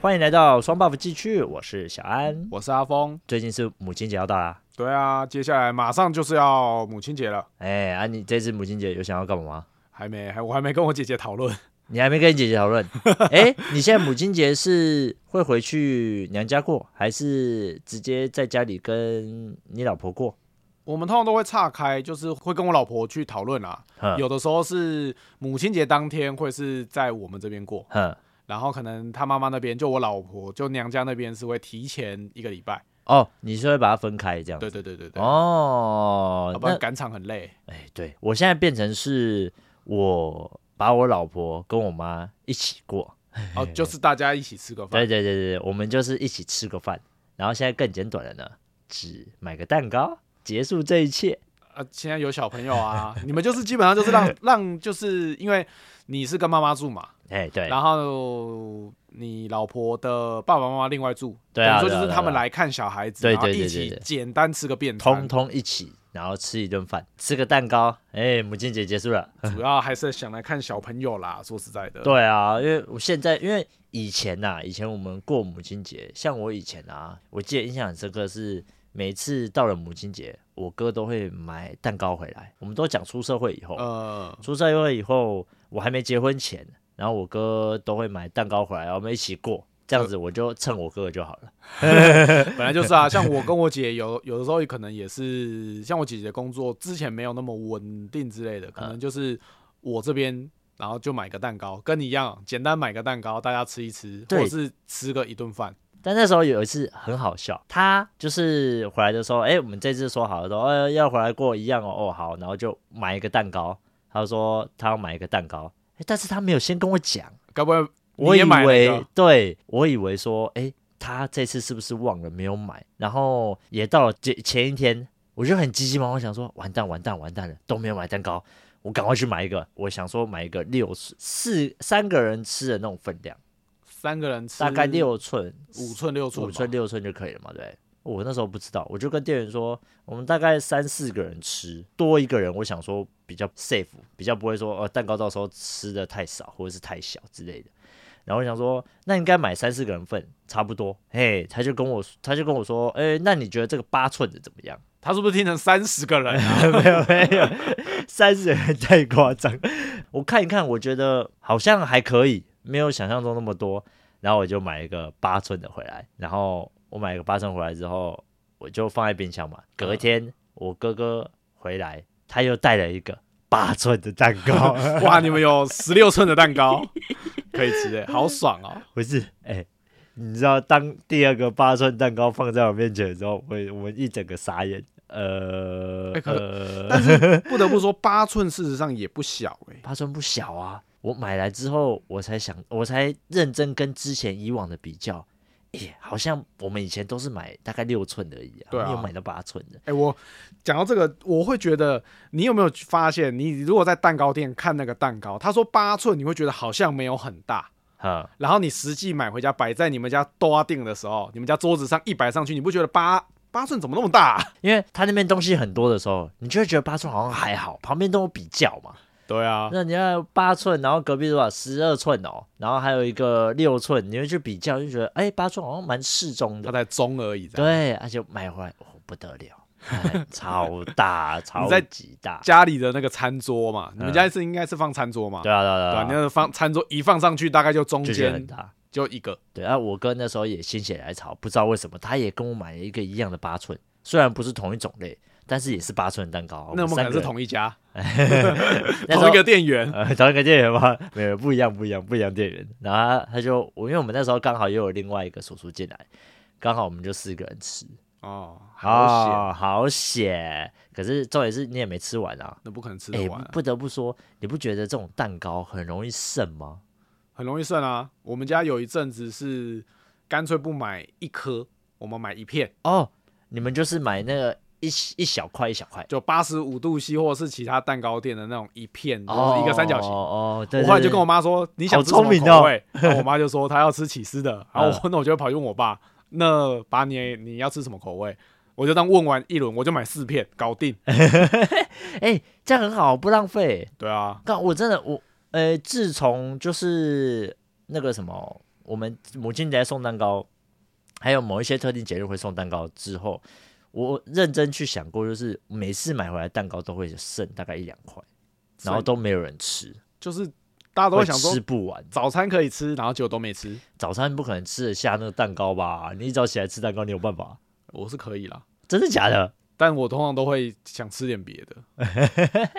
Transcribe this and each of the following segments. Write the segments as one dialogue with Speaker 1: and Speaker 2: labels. Speaker 1: 欢迎来到双 buff 继续，我是小安。
Speaker 2: 我是阿峰。
Speaker 1: 最近是母亲节要到啦，
Speaker 2: 对啊，接下来马上就是要母亲节了，
Speaker 1: 哎，啊，你这次母亲节有想要干嘛吗？
Speaker 2: 还没，还我还没跟我姐姐讨论。
Speaker 1: 你还没跟你姐姐讨论？哎，你现在母亲节是会回去娘家过，还是直接在家里跟你老婆过？
Speaker 2: 我们通常都会岔开，就是会跟我老婆去讨论啦。
Speaker 1: 哼
Speaker 2: 有的时候是母亲节当天会是在我们这边过，
Speaker 1: 哼，
Speaker 2: 然后可能她妈妈那边，就我老婆就娘家那边是会提前一个礼拜。
Speaker 1: 哦，你是会把它分开这样子？
Speaker 2: 对对对对
Speaker 1: 嗯
Speaker 2: 对，
Speaker 1: 哦
Speaker 2: 要，不
Speaker 1: 那
Speaker 2: 然赶场很 累。
Speaker 1: 哎，对我现在变成是我把我老婆跟我妈一起过，
Speaker 2: 哦，就是大家一起吃个
Speaker 1: 对
Speaker 2: 饭。
Speaker 1: 对对对，我们就是一起吃个饭，然后现在更简短了呢，只买个蛋糕，结束这一切。
Speaker 2: 啊，现在有小朋友啊，你们就是基本上就是让 让，就是因为你是跟妈妈住嘛，
Speaker 1: 哎，对，
Speaker 2: 然后你老婆的爸爸妈妈另外住，
Speaker 1: 对啊
Speaker 2: 等于说就
Speaker 1: 对
Speaker 2: 是
Speaker 1: 啊
Speaker 2: 他们
Speaker 1: 对啊
Speaker 2: 来看小孩子，
Speaker 1: 对
Speaker 2: 然后
Speaker 1: 对对
Speaker 2: 一
Speaker 1: 对
Speaker 2: 起
Speaker 1: 对
Speaker 2: 简单吃个便
Speaker 1: 通
Speaker 2: 当，
Speaker 1: 通一起，然后吃一顿饭，吃个蛋糕。哎，母亲节结束了。
Speaker 2: 主要还是想来看小朋友啦。说实在的，
Speaker 1: 对啊，因为我现在因为以前呐、以前我们过母亲节，像我以前啊，我记得印象很深刻是每次到了母亲节，我哥都会买蛋糕回来。我们都讲出社会以后，
Speaker 2: 呃，
Speaker 1: 出社会以后，我还没结婚前，然后我哥都会买蛋糕回来，然后我们一起过，这样子我就蹭我哥就好了。
Speaker 2: 本来就 是啊，像我跟我姐有有的时候可能也是，像我姐姐工作之前没有那么稳定之
Speaker 1: 嗯
Speaker 2: 类的，可能就是我这边。然后就买个蛋糕，跟你一样，简单买个蛋糕，大家吃一吃，或
Speaker 1: 对
Speaker 2: 者是吃个一顿饭。
Speaker 1: 但那时候有一次很好笑，他就是回来的时候，哎、我们这次说好了说，呃、要回来过一样哦，哦好，然后就买一个蛋糕。他说他要买一个蛋糕，哎但是他没有先跟我讲，
Speaker 2: 该不会
Speaker 1: 我以
Speaker 2: 你也买了
Speaker 1: 为
Speaker 2: 一个？
Speaker 1: 对我以为说，哎、他这次是不是忘了没有买？然后也到了前前一天，我就很急急忙忙想说，完蛋完蛋完蛋了，都没有买蛋糕，我赶快去买一个，我想说买一个六寸四三个人吃的那种分量，
Speaker 2: 三个人吃
Speaker 1: 大概六寸
Speaker 2: 五寸六寸吧，
Speaker 1: 五寸六寸就可以了嘛，对不对。我那时候不知道，我就跟店员说，我们大概三四个人吃，多一个人，我想说比较 safe，比较不会说呃蛋糕到时候吃的太少或者是太小之类的。然后我想说，那应该买三四个人份，差不多。嘿，他就跟我他就跟我说，哎、那你觉得这个八寸的怎么样？
Speaker 2: 他是不是听成三十个人、 啊？
Speaker 1: 没有没有，三十人太夸张。我看一看，我觉得好像还可以，没有想象中那么多。然后我就买一个八寸的回来，然后我买一个八寸回来之后，我就放在冰箱嘛。隔一天我哥哥回来，他又带了一个八寸的蛋糕。
Speaker 2: 哇，你们有十六寸的蛋 糕可以吃哎、好爽哦！
Speaker 1: 不是，哎、你知道当第二个八寸蛋糕放在我面前的时候，我我们一整个傻眼。呃，
Speaker 2: 哎可
Speaker 1: 呃
Speaker 2: 但是不得不说，八寸事实上也不小哎、
Speaker 1: 八寸不小啊！我买来之后，我才想，我才认真跟之前以往的比较，诶、好像我们以前都是买大概六寸的而已、啊，
Speaker 2: 对啊
Speaker 1: 没有买到八寸的。
Speaker 2: 哎、我讲到这个，我会觉得你有没有发现，你如果在蛋糕店看那个蛋糕，他说八寸，你会觉得好像没有很大，
Speaker 1: 哈，
Speaker 2: 然后你实际买回家摆在你们家桌定的时候，你们家桌子上一摆上去，你不觉得八八寸怎么那么大啊、
Speaker 1: 因为他那边东西很多的时候，你就会觉得八寸好像还好，旁边都有比较嘛。
Speaker 2: 对啊，
Speaker 1: 那你要八寸，然后隔壁多少十二寸哦，然后还有一个六寸，你会去比较，就觉得哎，八、寸好像蛮适中
Speaker 2: 它
Speaker 1: 的。
Speaker 2: 才中而已，这样
Speaker 1: 对，而且买回来哦不得了，哎超 大，超
Speaker 2: 在
Speaker 1: 级大。
Speaker 2: 家里的那个餐桌嘛，你们家是应该是放餐桌嘛？
Speaker 1: 对啊，对啊，
Speaker 2: 对
Speaker 1: 对
Speaker 2: 吧、
Speaker 1: 啊
Speaker 2: 你，那个放餐桌一放上去，大概就中
Speaker 1: 就觉得很
Speaker 2: 间
Speaker 1: 大。
Speaker 2: 就一个，
Speaker 1: 对啊，我哥那时候也心血来潮，不知道为什么，他也跟我买了一个一样的八寸，虽然不是同一种类，但是也是八寸蛋糕。啊
Speaker 2: 那我们可能是
Speaker 1: 同
Speaker 2: 同一家、
Speaker 1: 那时
Speaker 2: 同一
Speaker 1: 候
Speaker 2: 个店员。
Speaker 1: 呃同一个店员吗？没有，不一样，不一样，不一样店员。然后他他就我，因为我们那时候刚好又有另外一个叔叔进来，刚好我们就四个人吃。
Speaker 2: 哦，好险，
Speaker 1: 哦，好险！可是重点是你也没吃完啊。
Speaker 2: 那不可能吃
Speaker 1: 哎、
Speaker 2: 得完啊、
Speaker 1: 不得不说，你不觉得这种蛋糕很容易剩吗？
Speaker 2: 很容易剩啊。我们家有一阵子是干脆不买一颗，我们买一片，
Speaker 1: 哦，你们就是买那个一一小块一小块。
Speaker 2: 就八十五度 C 或是其他蛋糕店的那种一片，就是一个三角形。
Speaker 1: 哦哦，对
Speaker 2: 我后来就
Speaker 1: 对
Speaker 2: 跟我妈说：“你想吃什
Speaker 1: 好
Speaker 2: 么
Speaker 1: 聪明
Speaker 2: 口
Speaker 1: 哦
Speaker 2: 味？”然后我妈就说：“她要吃起 司的。”然后
Speaker 1: 嗯
Speaker 2: 我那我就会跑去问我爸：“那把你你要吃什么口味？”我就当问完一轮，我就买四片，搞定。
Speaker 1: 哎、这样很好，不浪费。
Speaker 2: 对啊，
Speaker 1: 但我真的我，呃，自从就是那个什么我们母亲节送蛋糕，还有某一些特定节日会送蛋糕之后，我认真去想过，就是每次买回来蛋糕都会剩大概一两块，然后都没有人吃，
Speaker 2: 就是大家都会想说
Speaker 1: 吃不完。
Speaker 2: 早餐可以吃，然后结果都没吃，
Speaker 1: 早餐不可能吃得下那个蛋糕吧？你一早起来吃蛋糕，你有办法？
Speaker 2: 我是可以啦。
Speaker 1: 真的假的？
Speaker 2: 但我通常都会想吃点 别的。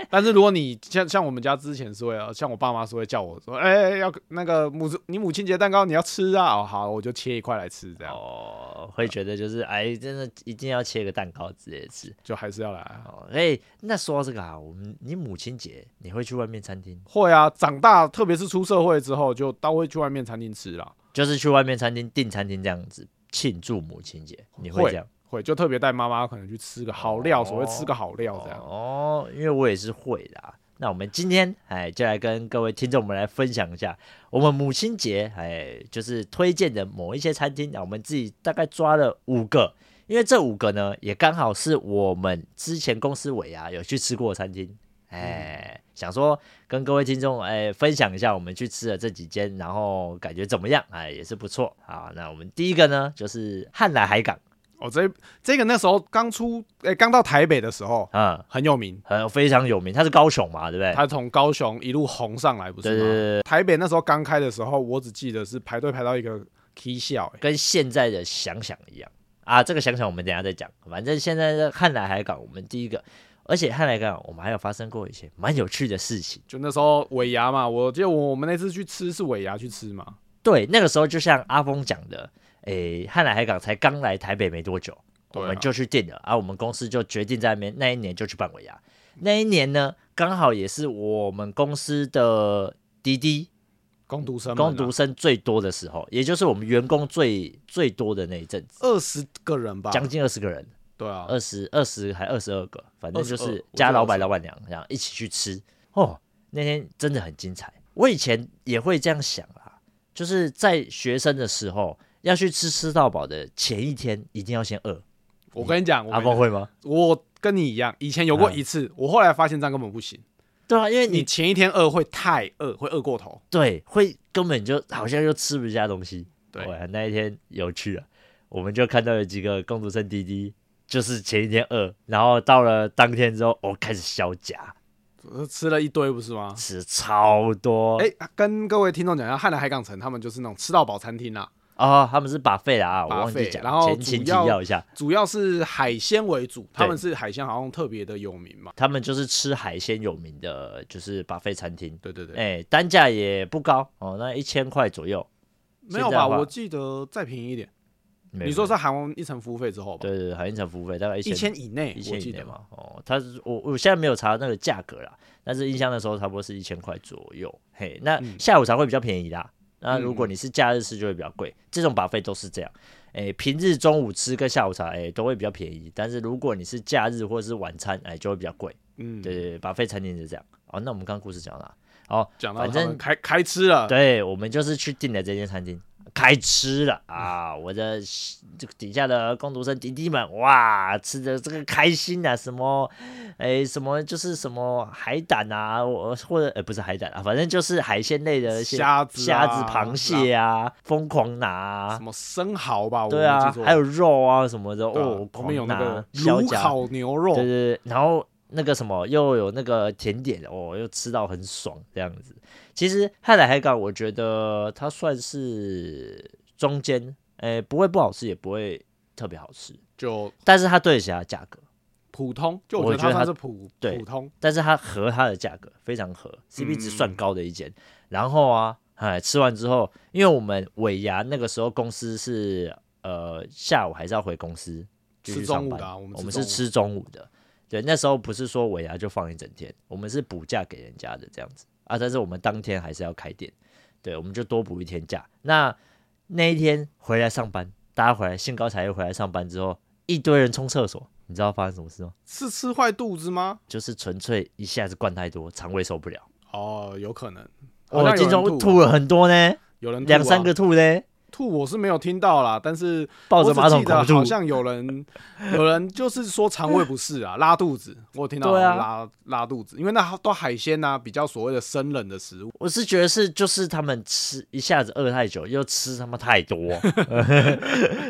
Speaker 2: 但是如果你像像我们家之前是会啊，像我爸妈是会叫我说，哎、要那个母你母亲节蛋糕你要吃啊，哦好，我就切一块来吃，这样、
Speaker 1: 哦，会觉得就是哎，真的一定要切个蛋糕之类的吃。
Speaker 2: 就还是要来、啊。
Speaker 1: 哦，哎，那说到这个啊，我们你母亲节你会去外面餐厅，
Speaker 2: 会啊，长大特别是出社会之后，就都会去外面餐厅吃啦，
Speaker 1: 就是去外面餐厅订餐厅这样子庆祝母亲节，你会
Speaker 2: 会
Speaker 1: 这样？
Speaker 2: 会就特别带妈妈可能去吃个好料，所谓
Speaker 1: 哦
Speaker 2: 吃个好料这样。
Speaker 1: 哦，因为我也是会的、啊。那我们今天哎，就来跟各位听众们来分享一下，我们母亲节哎，就是推荐的某一些餐厅啊，我们自己大概抓了五个，因为这五个呢，也刚好是我们之前公司尾牙有去吃过的餐厅，
Speaker 2: 嗯
Speaker 1: 哎，想说跟各位听众哎分享一下我们去吃的这几间，然后感觉怎么样？哎，也是不错啊。那我们第一个呢，就是汉来海港，
Speaker 2: 哦，这这个那时候刚出，哎、刚到台北的时候
Speaker 1: 嗯，
Speaker 2: 很有名，
Speaker 1: 很非常有名，它是高雄嘛，对不对？
Speaker 2: 他从高雄一路红上来，不是
Speaker 1: 对
Speaker 2: 吗？
Speaker 1: 对对对
Speaker 2: 台北那时候刚开的时候，我只记得是排队排到一个 K 笑、欸，
Speaker 1: 跟现在的想想一样啊。这个想想我们等一下再讲，反正现在的汉来海港，我们第一个，而且汉来海港我们还有发生过一些蛮有趣的事情。
Speaker 2: 就那时候尾牙嘛，我记得我们那次去吃是尾牙去吃嘛，
Speaker 1: 对，那个时候就像阿峰讲的，诶，汉来海港才刚来台北没多久，我
Speaker 2: 对啊
Speaker 1: 们就去订了，啊，我们公司就决定在那边那一年就去办尾牙。那一年呢，刚好也是我们公司的滴滴
Speaker 2: 工读生、啊
Speaker 1: 工读，生最多的时候，也就是我们员工最最多的那一阵子，
Speaker 2: 二十个人吧，
Speaker 1: 将近二十个人。
Speaker 2: 对啊，
Speaker 1: 二十二十还二十二个，反正就
Speaker 2: 22我记
Speaker 1: 是
Speaker 2: 得
Speaker 1: 加老板老板娘这样一起去吃。哦，那天真的很精彩。我以前也会这样想啦，就是在学生的时候要去吃吃到饱的前一天，一定要先饿。
Speaker 2: 我跟你讲，我
Speaker 1: 阿
Speaker 2: 跟
Speaker 1: 峰
Speaker 2: 你
Speaker 1: 会吗？
Speaker 2: 我跟你一样，以前有过
Speaker 1: 嗯
Speaker 2: 一次，我后来发现这样根本不行，
Speaker 1: 对啊，因为
Speaker 2: 你
Speaker 1: 你
Speaker 2: 前一天饿会太饿，会饿过头，
Speaker 1: 对会根本就好像就吃不下东西。
Speaker 2: 对
Speaker 1: 哇那一天有趣啊，我们就看到有几个公主生滴滴，就是前一天饿，然后到了当天之后，我、开始削夹，
Speaker 2: 呃吃了一堆不是吗？
Speaker 1: 吃超多。
Speaker 2: 哎、跟各位听众讲一下，汉来海港城他们就是那种吃到饱餐厅啊啦、
Speaker 1: 哦，他们是把费啦，啊，我
Speaker 2: Buffet，
Speaker 1: 忘记讲，
Speaker 2: 然后
Speaker 1: 前情
Speaker 2: 主
Speaker 1: 提
Speaker 2: 要
Speaker 1: 要一下，
Speaker 2: 主要是海鲜为主，他们是海鲜好像特别的有名嘛。
Speaker 1: 他们就是吃海鲜有名的，就是把费餐厅，
Speaker 2: 对对对，
Speaker 1: 哎、单价也不高哦，那一千块左右。
Speaker 2: 没有
Speaker 1: 现在
Speaker 2: 吧？
Speaker 1: 的话
Speaker 2: 我记得再便宜一点，
Speaker 1: 没有
Speaker 2: 你说是含一层服务费之后吧？
Speaker 1: 对对对，海鲜城服务费大概一
Speaker 2: 一
Speaker 1: 千
Speaker 2: 千以内，
Speaker 1: 一
Speaker 2: 我
Speaker 1: 千以
Speaker 2: 记
Speaker 1: 内
Speaker 2: 得。
Speaker 1: 嘛？哦，他是我我现在没有查那个价格啦，但是印象那时候差不多是一千块左右。嘿，那
Speaker 2: 嗯
Speaker 1: 下午茶会比较便宜啦。那如果
Speaker 2: 嗯
Speaker 1: 你是假日吃就会比较贵，这种把费都是这样。诶、平日中午吃跟下午茶，诶、都会比较便宜。但是如果你是假日或者是晚餐，诶、哎就会比较贵。
Speaker 2: 嗯，
Speaker 1: 对，对对，把费餐厅是这样。哦，那我们刚刚故事讲了，哦，
Speaker 2: 讲到
Speaker 1: 反
Speaker 2: 他们
Speaker 1: 正
Speaker 2: 开开吃了，
Speaker 1: 对我们就是去订的这间餐厅，开吃了
Speaker 2: 嗯
Speaker 1: 啊！我的这个底下的工读生弟弟们，哇，吃的这个开心啊，什么，哎，什么就是什么海胆啊，我或者呃不是海胆啊，反正就是海鲜类的一些
Speaker 2: 虾子啊
Speaker 1: 虾子、螃蟹啊，疯狂拿、啊
Speaker 2: 什。么生蚝吧？我
Speaker 1: 对啊
Speaker 2: 没记，错
Speaker 1: 还有肉啊什么的
Speaker 2: 对啊
Speaker 1: 哦，
Speaker 2: 旁边有
Speaker 1: 狂
Speaker 2: 那
Speaker 1: 拿
Speaker 2: 个
Speaker 1: 削
Speaker 2: 炉
Speaker 1: 夹
Speaker 2: 烤牛肉
Speaker 1: 对，对对，然后那个什么又有那个甜点哦，又吃到很爽这样子。其实汉来海港，我觉得它算是中间，诶，不会不好吃，也不会特别好吃，
Speaker 2: 就
Speaker 1: 但是它对得起它的价格，
Speaker 2: 普通，就
Speaker 1: 我
Speaker 2: 我觉得
Speaker 1: 觉
Speaker 2: 它
Speaker 1: 得它
Speaker 2: 算是普
Speaker 1: 对
Speaker 2: 普通，
Speaker 1: 但是它和它的价格非常合，CP 值算
Speaker 2: 嗯
Speaker 1: 高的一间。然后啊，哎，吃完之后，因为我们尾牙那个时候公司是呃下午还是要回公司。继续
Speaker 2: 吃
Speaker 1: 上
Speaker 2: 中午
Speaker 1: 班
Speaker 2: 的啊我们
Speaker 1: 我
Speaker 2: 吃
Speaker 1: 们
Speaker 2: 中
Speaker 1: 是
Speaker 2: 午
Speaker 1: 吃中午的。对，那时候不是说尾牙就放一整天，我们是补假给人家的这样子啊，但是我们当天还是要开店，对，我们就多补一天假。那那一天回来上班，大家回来兴高采烈回来上班之后，一堆人冲厕所，你知道发生什么事吗？
Speaker 2: 是吃坏肚子吗？
Speaker 1: 就是纯粹一下子灌太多，肠胃受不了，
Speaker 2: 哦，有可能。
Speaker 1: 我
Speaker 2: 好像有
Speaker 1: 今
Speaker 2: 人
Speaker 1: 中
Speaker 2: 吐啊
Speaker 1: 吐了很多呢，
Speaker 2: 有人吐啊
Speaker 1: 两三个，吐呢，
Speaker 2: 吐我是没有听到啦，但是
Speaker 1: 抱
Speaker 2: 我
Speaker 1: 着
Speaker 2: 只
Speaker 1: 马桶
Speaker 2: 记得
Speaker 1: 狂吐
Speaker 2: 好，像有人 有人就是说肠胃不适啊，拉肚子，我有听到
Speaker 1: 对啊
Speaker 2: 拉拉肚子，因为那都海鲜呐、啊，比较所谓的生冷的食物，
Speaker 1: 我是觉得是就是他们吃一下子饿太久，又吃他妈太 多，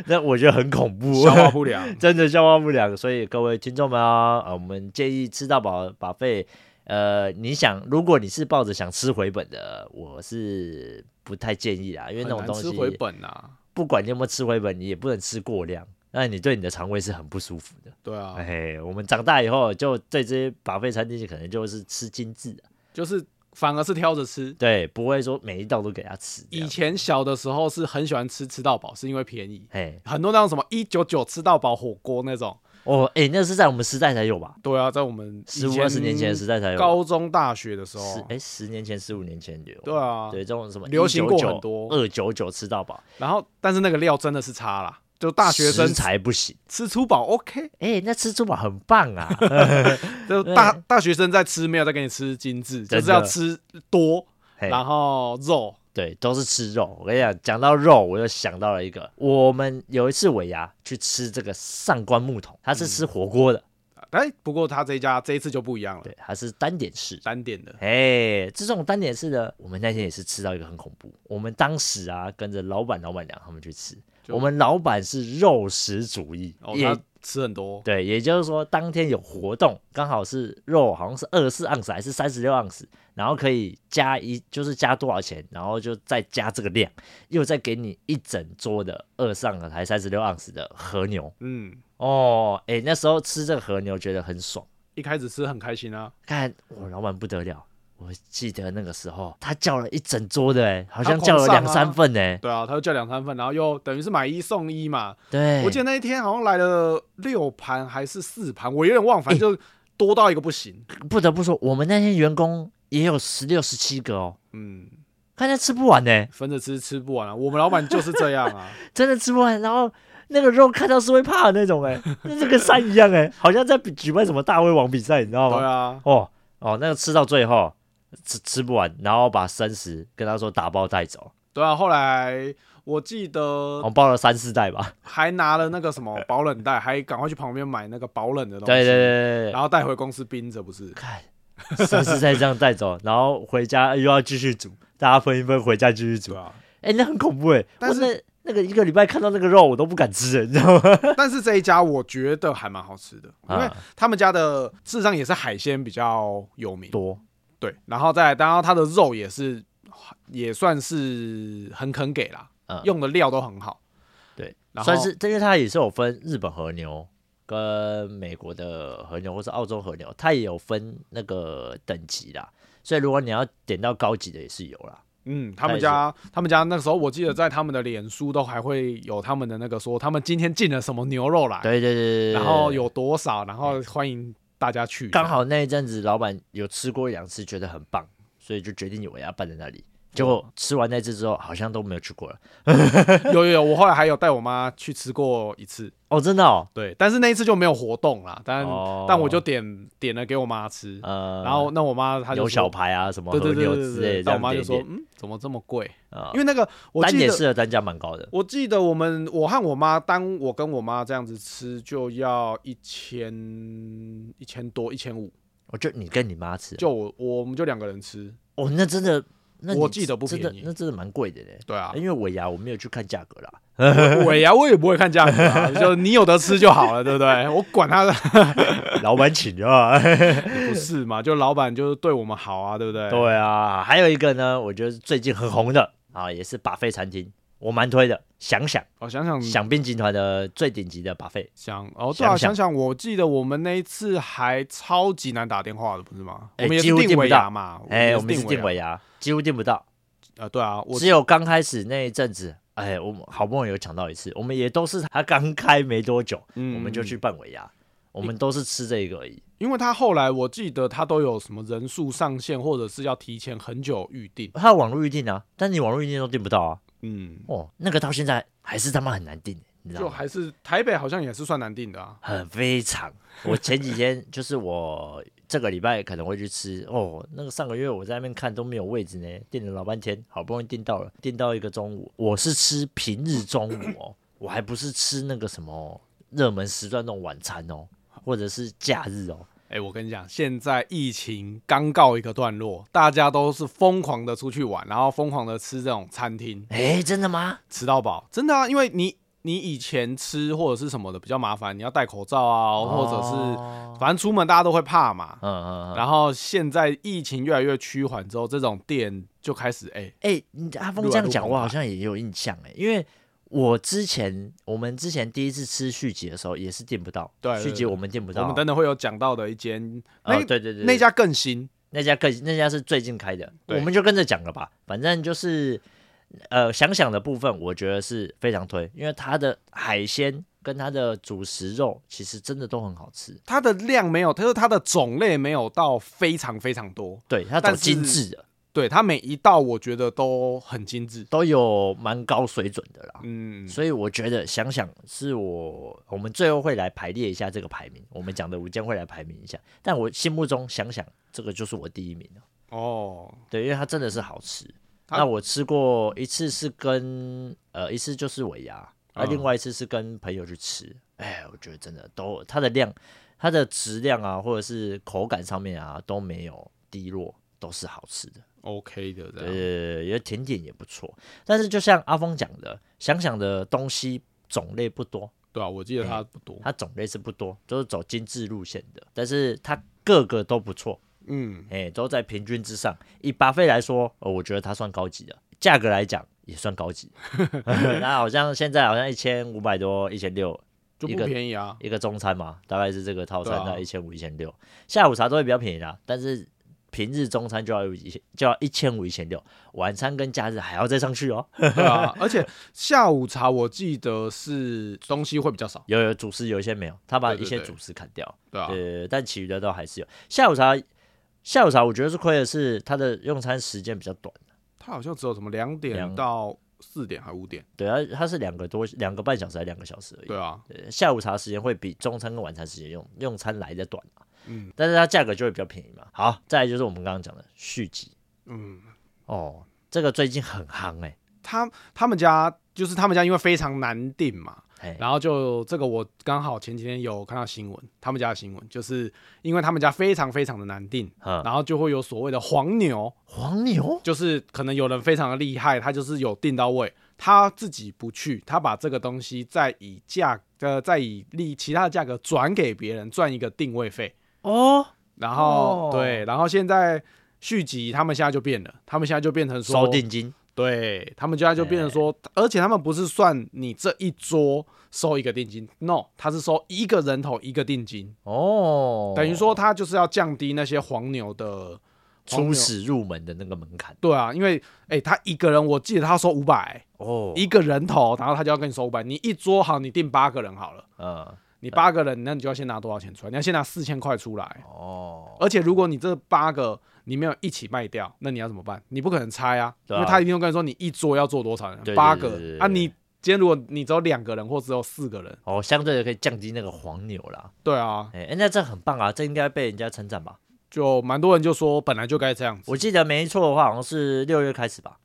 Speaker 1: 那我觉得很恐怖
Speaker 2: 消。化不良。
Speaker 1: 真的消化不良，所以各位听众们啊，呃我们建议吃到饱把费，呃，你想，如果你是抱着想吃回本的，我是不太建议啊，因为那
Speaker 2: 很
Speaker 1: 种
Speaker 2: 难
Speaker 1: 东
Speaker 2: 吃回
Speaker 1: 西，
Speaker 2: 本啊，
Speaker 1: 不管你有没有吃回本，你也不能吃过量，那你对你的肠胃是很不舒服的。
Speaker 2: 对啊，
Speaker 1: 哎，我们长大以后就对这些把费餐厅可能就是吃精致的，
Speaker 2: 就是反而是挑着吃。
Speaker 1: 对，啊不会说每一道都给他吃这
Speaker 2: 以
Speaker 1: 样。
Speaker 2: 前小的时候是很喜欢吃吃到饱，是因为便宜，
Speaker 1: 哎，
Speaker 2: 很多那种什么一九九吃到饱火锅那种。
Speaker 1: 哦，哎，那是在我们时代才有吧？
Speaker 2: 对啊，在我们
Speaker 1: 十五二十年前的时代才有，
Speaker 2: 高中大学的时
Speaker 1: 十
Speaker 2: 候，
Speaker 1: 哎十年前、十五年前有。
Speaker 2: 对啊，
Speaker 1: 对，这种什么
Speaker 2: 流行过很多
Speaker 1: 二九九吃到饱，
Speaker 2: 然后但是那个料真的是差啦，就大学生
Speaker 1: 食材不行。
Speaker 2: 吃粗饱 OK，
Speaker 1: 哎、那吃猪饱很棒啊！
Speaker 2: 就大大学生在吃没有在给你吃精致，
Speaker 1: 真的
Speaker 2: 就是要吃多，
Speaker 1: 嘿
Speaker 2: 然后肉
Speaker 1: 对，都是吃肉。我跟你讲，讲到肉，我就想到了一个，我们有一次尾牙去吃这个上官木桶，他是
Speaker 2: 嗯
Speaker 1: 吃火锅的，
Speaker 2: 哎，不过他这一家这一次就不一样了，
Speaker 1: 对，他是单点式。
Speaker 2: 单点的，
Speaker 1: 哎，这种单点式的，我们那天也是吃到一个很恐怖。我们当时啊，跟着老板、老板娘他们去吃，
Speaker 2: 就
Speaker 1: 我们老板是肉食主义，
Speaker 2: 哦，
Speaker 1: 也
Speaker 2: 他吃很多，
Speaker 1: 对，也就是说当天有活动，刚好是肉好像是二十四盎司还是三十六盎司，然后可以加一就是加多少钱，然后就再加这个量，又再给你一整桌的二上还三十六盎司的和牛
Speaker 2: 嗯，
Speaker 1: 哦，哎、那时候吃这个和牛觉得很爽，
Speaker 2: 一开始吃很开心啊，
Speaker 1: 看我老板不得了。我记得那个时候，他叫了一整桌的、哎，好
Speaker 2: 他
Speaker 1: 像
Speaker 2: 狂
Speaker 1: 叫了
Speaker 2: 上
Speaker 1: 两
Speaker 2: 啊
Speaker 1: 三份呢、哎
Speaker 2: 对啊，他就叫两三份，然后又等于是买一送一嘛。
Speaker 1: 对，
Speaker 2: 我记得那一天好像来了六盘还是四盘，我有点忘，反
Speaker 1: 哎
Speaker 2: 正就多到一个不行。
Speaker 1: 不得不说，我们那些员工也有十六、十七个哦，
Speaker 2: 嗯，
Speaker 1: 看他吃不完呢、哎
Speaker 2: 分着吃吃不完啊，我们老板就是这样 啊，
Speaker 1: 真的吃不完，然后那个肉看到是会怕的那种、欸，哎，就跟山一样、欸，哎，好像在比举办什么大胃王比赛，你知道
Speaker 2: 对
Speaker 1: 吗？
Speaker 2: 啊，
Speaker 1: 哦哦，那个吃到最后吃吃不完，然后把三十跟他说打包带走，
Speaker 2: 对啊。后来我记得
Speaker 1: 我包了三四袋吧。
Speaker 2: 还拿了那个什么保冷袋，还赶快去旁边买那个保冷的东西，
Speaker 1: 呃对对对对对
Speaker 2: 然后带回公司冰着，不是？
Speaker 1: 对，三四袋这样带走，然后回家又要继续煮，大家分一分回家继续煮
Speaker 2: 对。啊。
Speaker 1: 哎、那很恐怖哎、
Speaker 2: 但是
Speaker 1: 我那那个一个礼拜看到那个肉，我都不敢吃、欸，你知道吗？
Speaker 2: 啊但是这一家我觉得还蛮好吃的，因为
Speaker 1: 啊
Speaker 2: 他们家的事实上也是海鲜比较有 名，
Speaker 1: 多
Speaker 2: 嗯对，然后再来，然后它的肉也是也算是很肯给啦，
Speaker 1: 嗯
Speaker 2: 用的料都很好，
Speaker 1: 对，
Speaker 2: 然后
Speaker 1: 算是，因为它也是有分日本和牛跟美国的和牛，或是澳洲和牛，它也有分那个等级啦。所以如果你要点到高级的，也是有啦。
Speaker 2: 嗯，他们家他们家那时候我记得在他们的脸书都还会有他们的那个说他们今天进了什么牛肉来，
Speaker 1: 对对对对对
Speaker 2: 哎然后有多少，然后欢迎大家去，
Speaker 1: 刚好那一阵子，老板有吃过一两次，觉得很棒，所以就决定有要办在那里。结果吃完那次之后，好像都没有去过了。
Speaker 2: 有有有，我后来还有带我妈去吃过一次，
Speaker 1: 哦，真的哦，
Speaker 2: 对，但是那一次就没有活动啦，但、
Speaker 1: 哦
Speaker 2: 但我就点点了给我妈吃，
Speaker 1: 呃，
Speaker 2: 然后那我妈她就
Speaker 1: 有
Speaker 2: 说
Speaker 1: 小。排啊，什么
Speaker 2: 对
Speaker 1: 和
Speaker 2: 对对
Speaker 1: 牛
Speaker 2: 对
Speaker 1: 之
Speaker 2: 对
Speaker 1: 类的，这
Speaker 2: 对，但我
Speaker 1: 样
Speaker 2: 妈就
Speaker 1: 点
Speaker 2: 说
Speaker 1: 点：“。
Speaker 2: 嗯，怎么这么贵？
Speaker 1: 啊
Speaker 2: 因为那个我
Speaker 1: 单
Speaker 2: 记
Speaker 1: 点
Speaker 2: 得
Speaker 1: 式的单价蛮高的，
Speaker 2: 我记得我们我和我妈，当我跟我妈这样子吃，就要一千一千多一千五，
Speaker 1: 我就你跟你妈吃，
Speaker 2: 就我我们就两个人吃，
Speaker 1: 哦，那真的，那
Speaker 2: 我
Speaker 1: 你
Speaker 2: 记得不
Speaker 1: 真
Speaker 2: 便
Speaker 1: 的
Speaker 2: 宜
Speaker 1: 那真的蛮贵的嘞。
Speaker 2: 对啊
Speaker 1: 因为尾牙我没有去看价格啦，
Speaker 2: 尾牙我也不会看价格、啊， 就你有得吃就好了，对不对？我管他的，
Speaker 1: 老板请的 啊。
Speaker 2: 不是嘛？就老板就是对我们好啊，对不对？
Speaker 1: 对啊，还有一个呢，我觉得最近很红的啊，也是把费餐厅，我蛮推的。想想
Speaker 2: 我哦想想
Speaker 1: 想兵集团的最顶级的把费，
Speaker 2: 想哦，对
Speaker 1: 想想
Speaker 2: 啊，想想我记得我们那一次还超级难打电话的，不是吗？
Speaker 1: 哎
Speaker 2: 我们也
Speaker 1: 几
Speaker 2: 是
Speaker 1: 乎订
Speaker 2: 定
Speaker 1: 不
Speaker 2: 尾
Speaker 1: 到
Speaker 2: 牙嘛，
Speaker 1: 哎，我
Speaker 2: 们
Speaker 1: 们
Speaker 2: 哦也
Speaker 1: 是
Speaker 2: 定
Speaker 1: 定
Speaker 2: 尾
Speaker 1: 尾牙，几乎订不到，
Speaker 2: 牙啊，对啊，我
Speaker 1: 只有刚开始那一阵子。哎，我们好不容易有抢到一次，我们也都是他刚开没多久，
Speaker 2: 嗯
Speaker 1: 我们就去办尾牙，我们都是吃这个而已。
Speaker 2: 因为他后来我记得他都有什么人数上限，或者是要提前很久预定。
Speaker 1: 还有网络预订啊，但你网络预订都订不到啊。
Speaker 2: 嗯，
Speaker 1: 哦，那个到现在还是他妈很难定，你知道
Speaker 2: 就
Speaker 1: 吗？
Speaker 2: 还是台北好像也是算难定的啊。
Speaker 1: 很非常。我前几天就是我这个礼拜可能会去吃 哦。那个上个月我在那边看都没有位置呢，订了老半天，好不容易订到了，订到一个中午，我是吃平日中午哦，我还不是吃那个什么热门时段那种晚餐哦，或者是假日哦。
Speaker 2: 哎、我跟你讲，现在疫情刚告一个段落，大家都是疯狂的出去玩，然后疯狂的吃这种餐厅，
Speaker 1: 哎，真的吗？
Speaker 2: 吃到饱，真的啊，因为你你以前吃或者是什么的比较麻烦，你要戴口罩啊，或者是
Speaker 1: 哦
Speaker 2: 反正出门大家都会怕嘛。
Speaker 1: 嗯嗯嗯，
Speaker 2: 然后现在疫情越来越趋缓之后，这种店就开始哎、
Speaker 1: 哎，你阿峰
Speaker 2: 撸啊
Speaker 1: 这样
Speaker 2: 撸
Speaker 1: 讲，
Speaker 2: 澎
Speaker 1: 我
Speaker 2: 湃
Speaker 1: 好像也有印象哎，因为。我之前，我们之前第一次吃续集的时候也是订不到，
Speaker 2: 对对
Speaker 1: 续集
Speaker 2: 对
Speaker 1: 我们订不到，
Speaker 2: 我们等等会有讲到的一间，
Speaker 1: 哦
Speaker 2: 那、
Speaker 1: 对对对，
Speaker 2: 那家更新，
Speaker 1: 那家更那家是最近开的，
Speaker 2: 对
Speaker 1: 我们就跟着讲了吧。反正就是呃，想想的部分，我觉得是非常推，因为它的海鲜跟它的主食肉其实真的都很好吃。
Speaker 2: 它的量没有，它就是它的种类没有到非常非常多，
Speaker 1: 对，它
Speaker 2: 但
Speaker 1: 走
Speaker 2: 是
Speaker 1: 精致的，
Speaker 2: 对它每一道我觉得都很精致，
Speaker 1: 都有蛮高水准的啦。
Speaker 2: 嗯，
Speaker 1: 所以我觉得想想是我，我们最后会来排列一下这个排名，我们讲的五间会来排名一下。但我心目中想想，这个就是我第一名了。
Speaker 2: 哦，
Speaker 1: 对，因为它真的是好吃。
Speaker 2: 它
Speaker 1: 那我吃过一次是跟呃一次就是尾牙，那、
Speaker 2: 嗯
Speaker 1: 另外一次是跟朋友去吃。哎、我觉得真的都它的量、它的质量啊，或者是口感上面啊都没有低落，都是好吃的。
Speaker 2: OK 的这
Speaker 1: 对
Speaker 2: 样。
Speaker 1: 对对，因为甜点也不错。但是就像阿峰讲的，想想的东西种类不多，
Speaker 2: 对啊，我记得它不多。
Speaker 1: 它种类是不多，都是走精致路线的，但是它个个都不错。
Speaker 2: 嗯，
Speaker 1: 哎、都在平均之上。以巴菲来说，呃，我觉得它算高级的，价格来讲也算高级。 那好像现在好像一千五百多，一千六
Speaker 2: 就
Speaker 1: 一
Speaker 2: 不
Speaker 1: 个
Speaker 2: 便宜啊。
Speaker 1: 一个中餐嘛，大概是这个套餐
Speaker 2: 对啊
Speaker 1: 在一千五、一千六。下午茶都会比较便宜啦，但是平日中餐就要一千就要一千五、一千六，晚餐跟假日还要再上去哦。
Speaker 2: 对啊，而且下午茶我记得是东西会比较少，
Speaker 1: 有有主食，有一些没有，他把
Speaker 2: 对
Speaker 1: 一
Speaker 2: 对
Speaker 1: 些
Speaker 2: 对
Speaker 1: 主食砍掉。
Speaker 2: 对啊，
Speaker 1: 对，但其余的都还是有。下午茶，下午茶我觉得是亏的是它的用餐时间比较短。
Speaker 2: 它好像只有什么两点
Speaker 1: 两
Speaker 2: 到四点还五点，
Speaker 1: 对，它它是两个多两个半小时还两个小时而已。
Speaker 2: 对啊，
Speaker 1: 对，下午茶时间会比中餐跟晚餐时间用用餐来的短啊。
Speaker 2: 嗯，
Speaker 1: 但是它价格就会比较便宜嘛。好，再来就是我们刚刚讲的续集
Speaker 2: 嗯，
Speaker 1: 哦，这个最近很夯哎、
Speaker 2: 他他们家就是他们家因为非常难订嘛，
Speaker 1: 欸，哎，
Speaker 2: 然后就这个我刚好前几天有看到新闻，他们家的新闻就是因为他们家非常非常的难订，
Speaker 1: 嗯，
Speaker 2: 然后就会有所谓的黄牛，
Speaker 1: 黄牛
Speaker 2: 就是可能有人非常的厉害，他就是有订到位，他自己不去，他把这个东西再以价呃再以利其他的价格转给别人，赚一个定位费。
Speaker 1: 哦，
Speaker 2: 然
Speaker 1: 哦
Speaker 2: 后、对，然后现在续集他们现在就变了，他们现在就变成
Speaker 1: 收
Speaker 2: 说
Speaker 1: 定金
Speaker 2: 对他们现在就变成说，而且他们不是算你这一桌收一个定金，no，他是收一个人头一个定金，
Speaker 1: 哦，
Speaker 2: 等于说他就是要降低那些黄牛的黄
Speaker 1: 初
Speaker 2: 牛
Speaker 1: 始入门的那个门槛
Speaker 2: 对啊，因为哎、他一个人我记得他收五百、
Speaker 1: 哦，
Speaker 2: 一个人头，然后他就要跟你收五百。你一桌好，你订八个人好了，
Speaker 1: 嗯，
Speaker 2: 你八个人，那你就要先拿多少钱出来？你要先拿四千块出来。
Speaker 1: 哦，
Speaker 2: 而且如果你这八个你没有一起卖掉，那你要怎么办？你不可能拆啊，
Speaker 1: 对啊
Speaker 2: 因为他一定会跟你说你一桌要做多少人，
Speaker 1: 对对
Speaker 2: 八
Speaker 1: 对
Speaker 2: 个
Speaker 1: 对对对
Speaker 2: 啊。你今天如果你只有两个人或只有四个人，
Speaker 1: 哦，相对的可以降低那个黄牛啦。
Speaker 2: 对啊，
Speaker 1: 哎、哎那这很棒啊，这应该被人家称赞吧？
Speaker 2: 就蛮多人就说本来就该这样子。
Speaker 1: 我记得没错的话，好像是六月开始吧。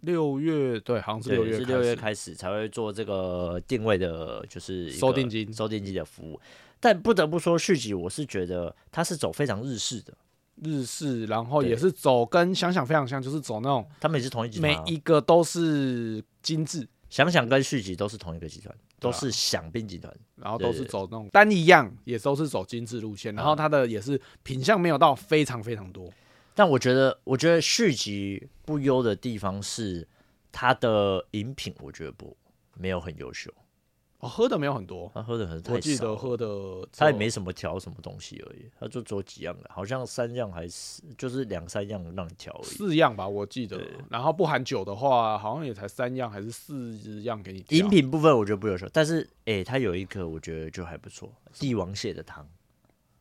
Speaker 2: 六月对，好像是
Speaker 1: 对，
Speaker 2: 六月
Speaker 1: 是
Speaker 2: 开
Speaker 1: 六月
Speaker 2: 始，
Speaker 1: 开始才会做这个定位的，就是一个
Speaker 2: 收定金
Speaker 1: 收定金的服务。但不得不说，续集我是觉得它是走非常日式的，
Speaker 2: 日式，然后
Speaker 1: 对
Speaker 2: 也是走跟想想非常像，就是走那种
Speaker 1: 他们也是同一集团
Speaker 2: 每
Speaker 1: 啊、
Speaker 2: 一个都是精致，
Speaker 1: 想想跟续集都是同一个集团，都
Speaker 2: 对啊
Speaker 1: 是想并集团。
Speaker 2: 然后都
Speaker 1: 对嗯
Speaker 2: 是走那种单一样，也都是走精致路线，然后它的也是品相没有到非常非常多。
Speaker 1: 但我觉得，我觉得续集不优的地方是它的饮品，我觉得不没有很优秀，
Speaker 2: 哦，喝的没有很多，
Speaker 1: 它喝的很
Speaker 2: 我
Speaker 1: 太
Speaker 2: 记
Speaker 1: 少
Speaker 2: 得
Speaker 1: 了。
Speaker 2: 喝的
Speaker 1: 它也没什么调什么东西而已，它就只有几样的，好像三样还是就是两三样让你调而已。
Speaker 2: 四样吧，我记得
Speaker 1: 对。
Speaker 2: 然后不含酒的话，好像也才三样还是四样给你挑。
Speaker 1: 饮品部分我觉得不优秀，但是诶、它有一个我觉得就还不错，帝王蟹的汤。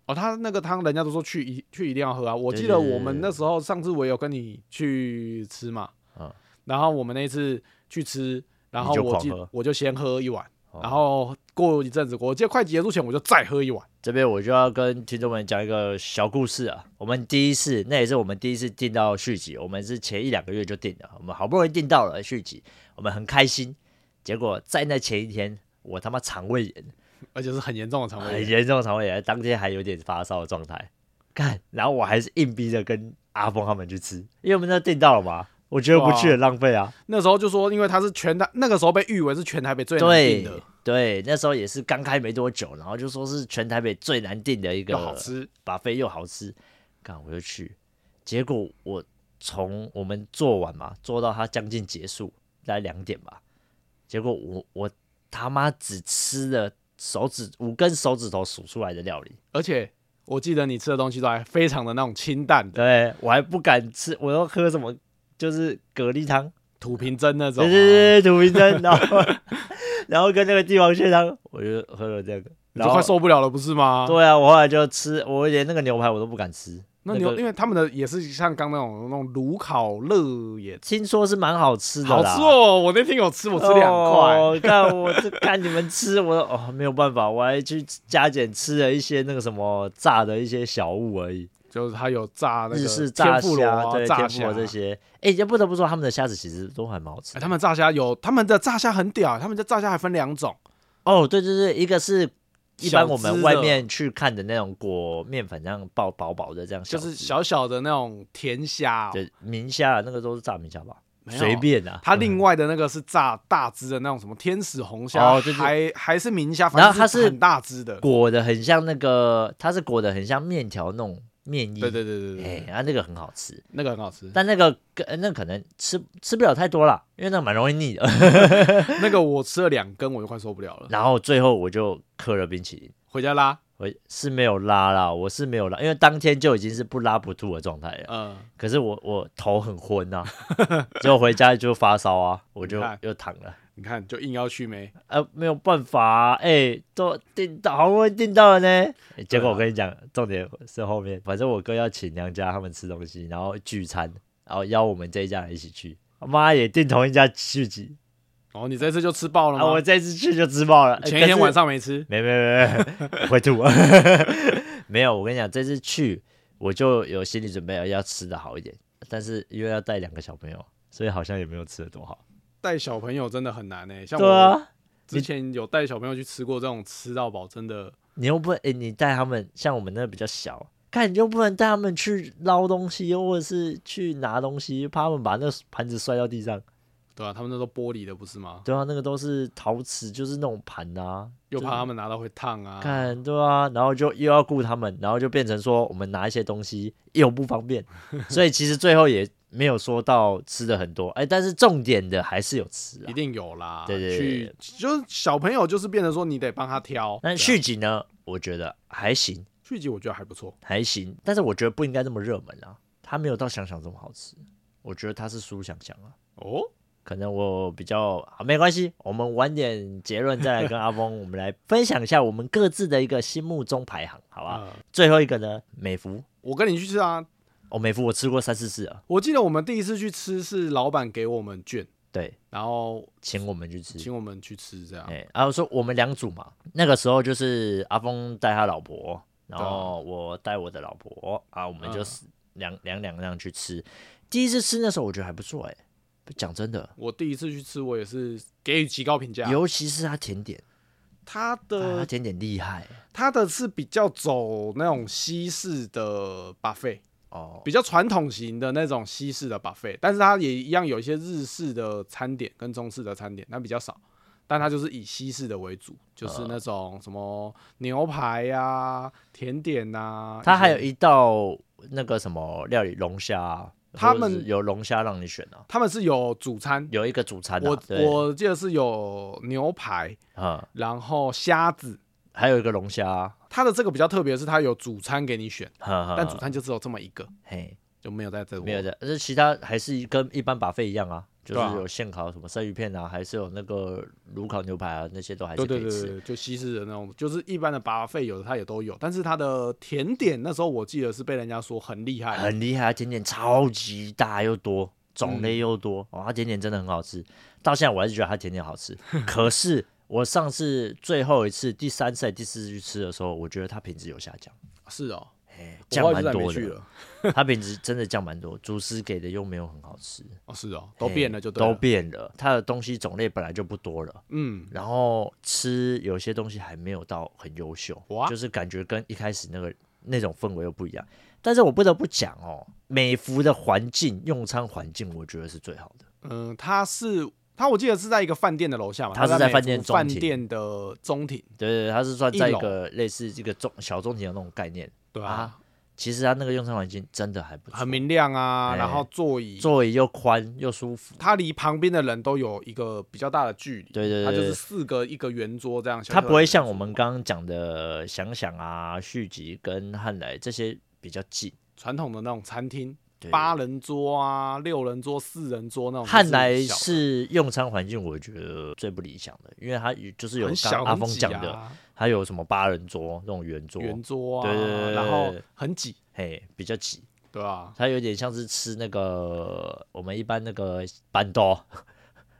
Speaker 2: 哦，他那个汤人家都说去一去一定要喝啊。我
Speaker 1: 对
Speaker 2: 记
Speaker 1: 对
Speaker 2: 得
Speaker 1: 对
Speaker 2: 我
Speaker 1: 对
Speaker 2: 们那时候上次我有跟你去吃嘛
Speaker 1: 嗯，
Speaker 2: 然后我们那次去吃，然
Speaker 1: 你
Speaker 2: 后
Speaker 1: 就
Speaker 2: 我
Speaker 1: 狂
Speaker 2: 记
Speaker 1: 喝
Speaker 2: 我就先喝一碗，
Speaker 1: 哦
Speaker 2: 然后过一阵子，我记得快结束前我就再喝一碗。
Speaker 1: 这边我就要跟听众们讲一个小故事啊。我们第一次，那也是我们第一次订到续集，我们是前一两个月就订的，我们好不容易订到了续集，我们很开心。结果在那前一天，我他妈肠胃炎，
Speaker 2: 而且是很严重的肠胃
Speaker 1: 很
Speaker 2: 炎。
Speaker 1: 严重的肠胃炎，当天还有点发烧的状态。干，然后我还是硬逼着跟阿峰他们去吃，因为我们那订到了嘛，我觉得不去很浪费啊。
Speaker 2: 那时候就说，因为它是全台那个时候被誉为是全台北最难
Speaker 1: 对
Speaker 2: 订的，
Speaker 1: 对，那时候也是刚开没多久，然后就说是全台北最难订的一个
Speaker 2: 又好吃，
Speaker 1: 把费又好吃，干我就去。结果我从我们做完嘛，做到它将近结束，大概两点吧。结果我我他妈只吃了手指五根手指头数出来的料理，
Speaker 2: 而且我记得你吃的东西都还非常的那种清淡的
Speaker 1: 对我还不敢吃，我要喝什么？就是蛤蜊汤，
Speaker 2: 土瓶蒸那种、
Speaker 1: 对
Speaker 2: 啊，
Speaker 1: 对对，土瓶蒸，然后 然后跟那个帝王蟹汤，我就喝了这个，
Speaker 2: 你
Speaker 1: 然
Speaker 2: 就
Speaker 1: 后
Speaker 2: 快受不了了，不是吗？，
Speaker 1: 对啊，我后来就吃，我连那个牛排我都不敢吃。
Speaker 2: 那牛、
Speaker 1: 个
Speaker 2: 因为他们的也是像刚那种那种炉烤热也
Speaker 1: 听说是蛮好吃的
Speaker 2: 好
Speaker 1: 啦，哦
Speaker 2: 吃哦，我那天有吃，我
Speaker 1: 我
Speaker 2: 吃两块。
Speaker 1: 看我这看你们吃，我哦没有办法，我还去加减吃了一些那个什么炸的一些小物而已，
Speaker 2: 就是它有炸那个
Speaker 1: 日式
Speaker 2: 天
Speaker 1: 炸
Speaker 2: 妇罗
Speaker 1: 虾、
Speaker 2: 啊、
Speaker 1: 对
Speaker 2: 炸
Speaker 1: 天妇
Speaker 2: 虾
Speaker 1: 罗这。些。哎、也不得不说他们的虾子其实都还蛮好吃
Speaker 2: 哎
Speaker 1: 的。
Speaker 2: 他们炸虾有他们的炸虾很屌，他们的炸虾还分两种，
Speaker 1: 哦，对对对，一个是一般我
Speaker 2: 小
Speaker 1: 们
Speaker 2: 只
Speaker 1: 外
Speaker 2: 的
Speaker 1: 面去看的那种裹面粉那样爆薄薄的这样，
Speaker 2: 就是
Speaker 1: 只
Speaker 2: 小小的那种甜虾哦、
Speaker 1: 对明虾，啊那个都是炸明虾吧，
Speaker 2: 没有
Speaker 1: 随便啊。
Speaker 2: 它另外的那个是炸大只的那种什么天使红虾，
Speaker 1: 哦就是
Speaker 2: 还还是明虾，反
Speaker 1: 然后
Speaker 2: 正
Speaker 1: 它
Speaker 2: 是
Speaker 1: 是
Speaker 2: 很大只的。
Speaker 1: 裹的很像那个，它是裹的很像面条那种面衣，
Speaker 2: 对对对对对，
Speaker 1: 哎，啊那个很好吃，
Speaker 2: 那个很好吃。
Speaker 1: 但那个跟呃那可能吃吃不了太多啦，因为那个蛮容易腻的。
Speaker 2: 那个我吃了两根，我就快受不了了，
Speaker 1: 然后最后我就嗑了冰淇淋，
Speaker 2: 回家拉。
Speaker 1: 我是没有拉啦，我是没有拉，因为当天就已经是不拉不吐的状态 了。
Speaker 2: 嗯，
Speaker 1: 可是我我头很昏呐、结果回家就发烧啊，我就
Speaker 2: 你看
Speaker 1: 又躺了。
Speaker 2: 你看就硬要去没？
Speaker 1: 呃，没有办法、啊，哎、都订到，好不容易订到了呢、哎结果
Speaker 2: 对啊
Speaker 1: 我跟你讲，重点是后面，反正我哥要请娘家他们吃东西，然后聚餐，然后邀我们这一家人一起去，妈也订同一家聚集，
Speaker 2: 哦，你这次就吃爆了
Speaker 1: 啊，我
Speaker 2: 吗？
Speaker 1: 这次去就吃爆了。呃
Speaker 2: 前一天晚，
Speaker 1: 可
Speaker 2: 上没吃
Speaker 1: 是，没没没没，会 吐。没有，我跟你讲，这次去我就有心理准备，要吃的好一点，但是因为要带两个小朋友，所以好像也没有吃的多好。
Speaker 2: 带小朋友真的很难诶、像
Speaker 1: 对
Speaker 2: 我
Speaker 1: 啊，
Speaker 2: 之前有带小朋友去吃过这种吃到饱，真的
Speaker 1: 你又不能，诶你带他们，像我们那比较小，看你又不能带他们去捞东西，又或者是去拿东西，怕他们把那盘子摔到地上。
Speaker 2: 对啊，他们那都玻璃的不是吗？
Speaker 1: 对啊，那个都是陶瓷，就是那种盘啊，
Speaker 2: 又
Speaker 1: 就
Speaker 2: 怕他们拿到会烫啊。
Speaker 1: 看，对啊，然后就又要顾他们，然后就变成说我们拿一些东西又不方 便，所以其实最后也没有说到吃的很多，哎，但是重点的还是有吃
Speaker 2: 一
Speaker 1: 啊。
Speaker 2: 定有啦，
Speaker 1: 对对对对
Speaker 2: 去就是小朋友就是变成说你得帮他挑，
Speaker 1: 但
Speaker 2: 对啊
Speaker 1: 续集呢，我觉得还行
Speaker 2: 续集我觉得还不错，
Speaker 1: 还行，但是我觉得不应该这么热门啊，它没有到想想这么好吃，我觉得它是输想想啊。
Speaker 2: 哦，
Speaker 1: 可能我比较好，没关系，我们晚点结论再来跟阿峰，我们来分享一下我们各自的一个心目中排行，好吧？
Speaker 2: 呃
Speaker 1: 最后一个呢，美孚，
Speaker 2: 我跟你去吃啊。
Speaker 1: 哦，美孚我吃过三四次啊了，
Speaker 2: 我记得我们第一次去吃是老板给我们券，
Speaker 1: 对，
Speaker 2: 然后
Speaker 1: 请我们去吃。
Speaker 2: 请我们去吃这样。
Speaker 1: 哎、然后说我们两组嘛，那个时候就是阿峰带他老婆，然后我带我的老婆啊，我们
Speaker 2: 啊嗯
Speaker 1: 就是两两两两去吃。第一次吃那时候我觉得还不错哎、讲真的，
Speaker 2: 我第一次去吃，我也是给予极高评价。
Speaker 1: 尤其是他甜点，
Speaker 2: 它
Speaker 1: 他
Speaker 2: 的
Speaker 1: 甜点厉害
Speaker 2: 它的是比较走那种西式的 buffet，
Speaker 1: 哦，
Speaker 2: 比较传统型的那种西式的 buffet，但是它也一样有一些日式的餐点跟中式的餐点，但比较少。但它就是以西式的为主，
Speaker 1: 嗯
Speaker 2: 就是那种什么牛排呀、甜点啊呐、
Speaker 1: 他还
Speaker 2: 些
Speaker 1: 有一道那个什么料理龙虾啊，
Speaker 2: 他
Speaker 1: 或者是
Speaker 2: 们
Speaker 1: 有龙虾让你选啊，
Speaker 2: 他们是有主餐，
Speaker 1: 有一个主餐、啊，
Speaker 2: 我
Speaker 1: 对
Speaker 2: 我记得是有牛排，
Speaker 1: 嗯，
Speaker 2: 然后虾子。
Speaker 1: 还有一个龙虾啊，
Speaker 2: 它的这个比较特别，是它有主餐给你选，但
Speaker 1: 但
Speaker 2: 主餐就只有这么一个，
Speaker 1: 嘿。
Speaker 2: 就没有在这
Speaker 1: 嗯
Speaker 2: 个
Speaker 1: 没有的，但是其他还是跟一般把费一样啊，就是
Speaker 2: 对啊
Speaker 1: 有现烤什么生鱼片啊，还是有那个炉烤牛排啊，那些都还是
Speaker 2: 对
Speaker 1: 可以
Speaker 2: 对对
Speaker 1: 吃。
Speaker 2: 对，就西式的那种，就是一般的巴费有的它也都有，但是它的甜点那时候我记得是被人家说很厉害的，
Speaker 1: 很厉害啊，甜点超级大又多，
Speaker 2: 嗯
Speaker 1: 种类又多，哦，它甜点真的很好吃。到现在我还是觉得它甜点好吃，可是我上次最后一次第三次、第四次去吃的时候，我觉得它品质有下降，
Speaker 2: 是哦，
Speaker 1: 哎，
Speaker 2: 我
Speaker 1: 降
Speaker 2: 后来
Speaker 1: 蛮
Speaker 2: 就再也
Speaker 1: 多
Speaker 2: 没去
Speaker 1: 的。
Speaker 2: 了。
Speaker 1: 它品质真的降蛮多，厨师给的又没有很好吃，
Speaker 2: 哦，是哦，都变了就对
Speaker 1: 都
Speaker 2: 了。
Speaker 1: 变了。它的东西种类本来就不多了，
Speaker 2: 嗯，
Speaker 1: 然后吃有些东西还没有到很优秀
Speaker 2: 哇，
Speaker 1: 就是感觉跟一开始那个那种氛围又不一样。但是我不得不讲哦，美孚的环境、用餐环境，我觉得是最好的。
Speaker 2: 嗯，他是他，我记得是在一个饭店的楼下嘛，
Speaker 1: 它是
Speaker 2: 它在
Speaker 1: 在饭店
Speaker 2: 美孚
Speaker 1: 中
Speaker 2: 饭
Speaker 1: 庭
Speaker 2: 店的中庭，
Speaker 1: 对对对，它是算在
Speaker 2: 一
Speaker 1: 一
Speaker 2: 楼
Speaker 1: 个类似这个中小中庭的那种概念。
Speaker 2: 对啊
Speaker 1: 啊，其实它那个用餐环境真的还不错
Speaker 2: 很，明亮啊，
Speaker 1: 哎
Speaker 2: 然后座椅，
Speaker 1: 座椅又宽又舒服。
Speaker 2: 它离旁边的人都有一个比较大的距离，
Speaker 1: 对对
Speaker 2: 嗯它
Speaker 1: 对，
Speaker 2: 就是四个一个圆桌这样。小
Speaker 1: 它
Speaker 2: 小
Speaker 1: 不会
Speaker 2: 的
Speaker 1: 像我们刚刚讲的想想啊、续集跟汉来这些比较近。
Speaker 2: 传统的那种餐厅，
Speaker 1: 对
Speaker 2: 八人桌啊、六人桌、四人桌那种，
Speaker 1: 汉来
Speaker 2: 就是小的
Speaker 1: 是用餐环境我觉得最不理想的，因为它就是有
Speaker 2: 很
Speaker 1: 刚
Speaker 2: 小
Speaker 1: 阿
Speaker 2: 很
Speaker 1: 峰
Speaker 2: 挤
Speaker 1: 讲的，
Speaker 2: 啊，
Speaker 1: 它有什么八人桌那种圆桌，
Speaker 2: 圆桌啊，
Speaker 1: 对对对对
Speaker 2: 然后
Speaker 1: 对
Speaker 2: 很挤，
Speaker 1: 嘿，比较挤。
Speaker 2: 对吧？
Speaker 1: 它有点像是吃那个我们一般那个板豆，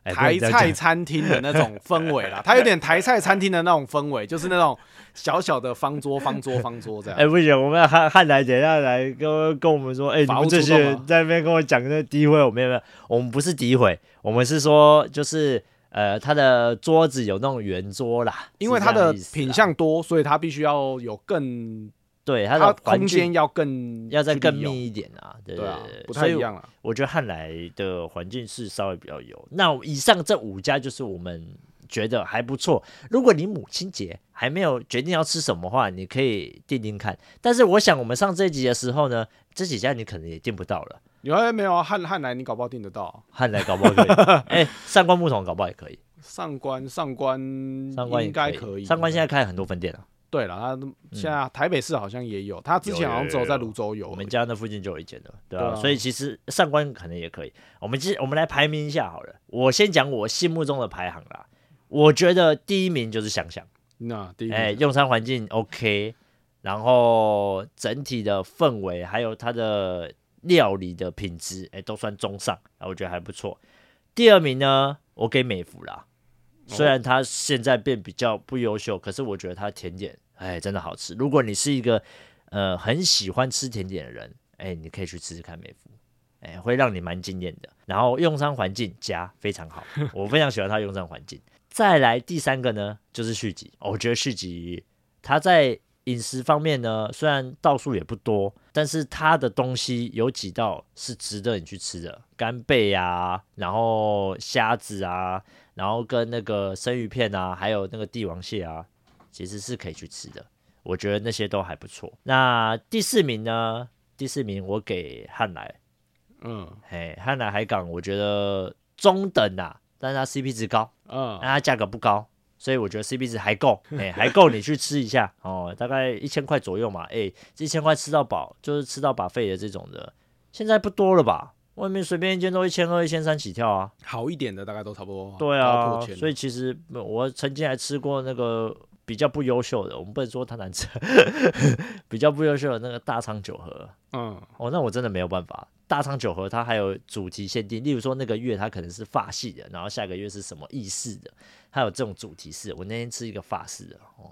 Speaker 1: 哎不能
Speaker 2: 台
Speaker 1: 这样
Speaker 2: 菜
Speaker 1: 讲
Speaker 2: 餐厅的那种氛围 啦，它有点台菜餐厅的那种氛围，就是那种小小的方桌、方桌、方桌这
Speaker 1: 哎、
Speaker 2: 样。
Speaker 1: 不行，我们要汉汉来等一下来跟跟我们说，哎、你
Speaker 2: 法
Speaker 1: 们
Speaker 2: 务
Speaker 1: 这
Speaker 2: 出
Speaker 1: 些
Speaker 2: 动
Speaker 1: 人
Speaker 2: 吗
Speaker 1: 在那边跟我讲那诋毁我，没有没有，我们不是诋毁，我们是说就是呃，他的桌子有那种圆桌啦，
Speaker 2: 因为
Speaker 1: 是
Speaker 2: 它
Speaker 1: 这样
Speaker 2: 的
Speaker 1: 意思啊
Speaker 2: 品
Speaker 1: 啦，
Speaker 2: 相多，所以它必须要有更，
Speaker 1: 对它
Speaker 2: 它
Speaker 1: 的环
Speaker 2: 空
Speaker 1: 境
Speaker 2: 间要更
Speaker 1: 要再
Speaker 2: 去
Speaker 1: 更
Speaker 2: 利用，
Speaker 1: 密一点啊，对
Speaker 2: 对啊
Speaker 1: 对对，
Speaker 2: 不
Speaker 1: 所
Speaker 2: 太
Speaker 1: 以
Speaker 2: 一样了。
Speaker 1: 我觉得汉来的环境是稍微比较有。那以上这五家就是我们觉得还不错。如果你母亲节还没有决定要吃什么的话，你可以定定看。但是我想我们上这一集的时候呢，这几家你可能也订不到了。
Speaker 2: 有哎没有啊？汉汉来你搞不好订得到啊、
Speaker 1: 汉来搞不好可以， 哎、上官木桶搞不好也可以，
Speaker 2: 上官上官
Speaker 1: 上官也
Speaker 2: 应该
Speaker 1: 可
Speaker 2: 以。
Speaker 1: 上官现在嗯开很多分店了，
Speaker 2: 对了，他现在台北市好像也有，他之前好像只有在泸州有
Speaker 1: 我
Speaker 2: 而已。
Speaker 1: 们家那附近就有一间了，对吧、
Speaker 2: 对啊
Speaker 1: 所以其实上官可能也可以。我们今我们来排名一下好了，我先讲我心目中的排行啦。我觉得第一名就是想想。
Speaker 2: 那第一
Speaker 1: 哎、
Speaker 2: 名
Speaker 1: 用餐环境 OK，然后整体的氛围还有它的料理的品质，哎、都算中上，啊，我觉得还不错。第二名呢，我给美孚啦，虽然它现在变比较不优秀，可是我觉得它甜点，哎，真的好吃。如果你是一个呃很喜欢吃甜点的人，哎，你可以去吃吃看美孚。哎，会让你蛮惊艳的。然后用餐环境加非常好，我非常喜欢它的用餐环境。再来第三个呢，就是续集。哦我觉得续集它在饮食方面呢，虽然道数也不多，但是它的东西有几道是值得你去吃的，干贝啊，然后虾子啊，然后跟那个生鱼片啊，还有那个帝王蟹啊，其实是可以去吃的。我觉得那些都还不错。那第四名呢？第四名我给汉来，
Speaker 2: 嗯
Speaker 1: 嘿，汉来海港我觉得中等啊，但是它 CP 值高，
Speaker 2: 嗯
Speaker 1: 但它价格不高，所以我觉得 CP 值还 够，哎、还够你去吃一下哦，大概一千块左右嘛，哎、这一千块吃到饱，就是吃到把费的这种的，现在不多了吧？外面随便一间都一千二、一千三起跳啊，
Speaker 2: 好一点的大概都差不多，
Speaker 1: 对
Speaker 2: 都要
Speaker 1: 啊
Speaker 2: 哦破，千了
Speaker 1: 所以其实嗯我曾经还吃过那个比较不优秀的，我们不能说它难吃， 比较不优秀的那个大仓酒盒，
Speaker 2: 嗯
Speaker 1: 哦，那我真的没有办法。大仓九和它还有主题限定，例如说那个月它可能是法系的，然后下个月是什么意式的，它有这种主题式。我那天吃一个法式的，哦，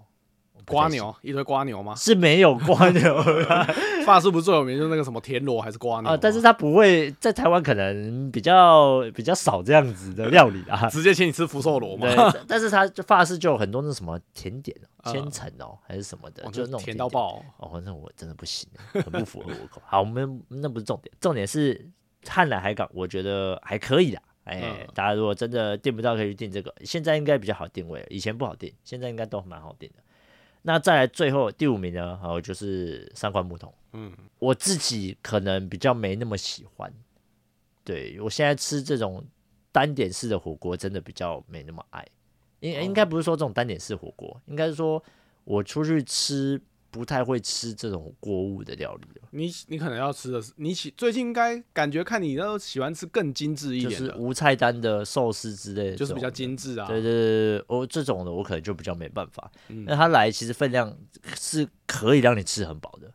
Speaker 1: 我不太
Speaker 2: 瓜
Speaker 1: 行？
Speaker 2: 牛一堆瓜牛吗
Speaker 1: 是没有瓜牛 啊
Speaker 2: 法式不是最有名就是那个什么田螺还是瓜牛吗？。
Speaker 1: 啊，但是它不会在台湾可能比较比较少这样子的料理啊
Speaker 2: 直接请你吃福寿螺嘛
Speaker 1: 对，，但但是它就法式就有很多那什么甜点哦，千层哦还是什么的，
Speaker 2: 哇
Speaker 1: 就是那种
Speaker 2: 甜
Speaker 1: 甜
Speaker 2: 到
Speaker 1: 点。
Speaker 2: 嗯爆哦。
Speaker 1: 哦，那我真的不行，很不符合我口。好，我们那不是重点，重点是汉来海港，我觉得还可以啦。哎、
Speaker 2: 嗯
Speaker 1: 大家如果真的订不到，可以去订这个。现在应该比较好定位，以前不好定，现在应该都蛮好定的。那再来最后第五名呢，好就是三块木桶。
Speaker 2: 嗯，
Speaker 1: 我自己可能比较没那么喜欢，对我现在吃这种单点式的火锅真的比较没那么爱。应
Speaker 2: 哦
Speaker 1: 应该不是说这种单点式火锅，应该是说我出去吃不太会吃这种锅物的料理了，
Speaker 2: 你你可能要吃的是你喜最近应该感觉看你都喜欢吃更精致一
Speaker 1: 就
Speaker 2: 点
Speaker 1: 是
Speaker 2: 的，
Speaker 1: 无菜单的寿司之类的这种的，
Speaker 2: 就是比较精致啊。
Speaker 1: 对。对对对，我这种的我可能就比较没办法。
Speaker 2: 嗯
Speaker 1: 那它来其实分量是可以让你吃很饱的，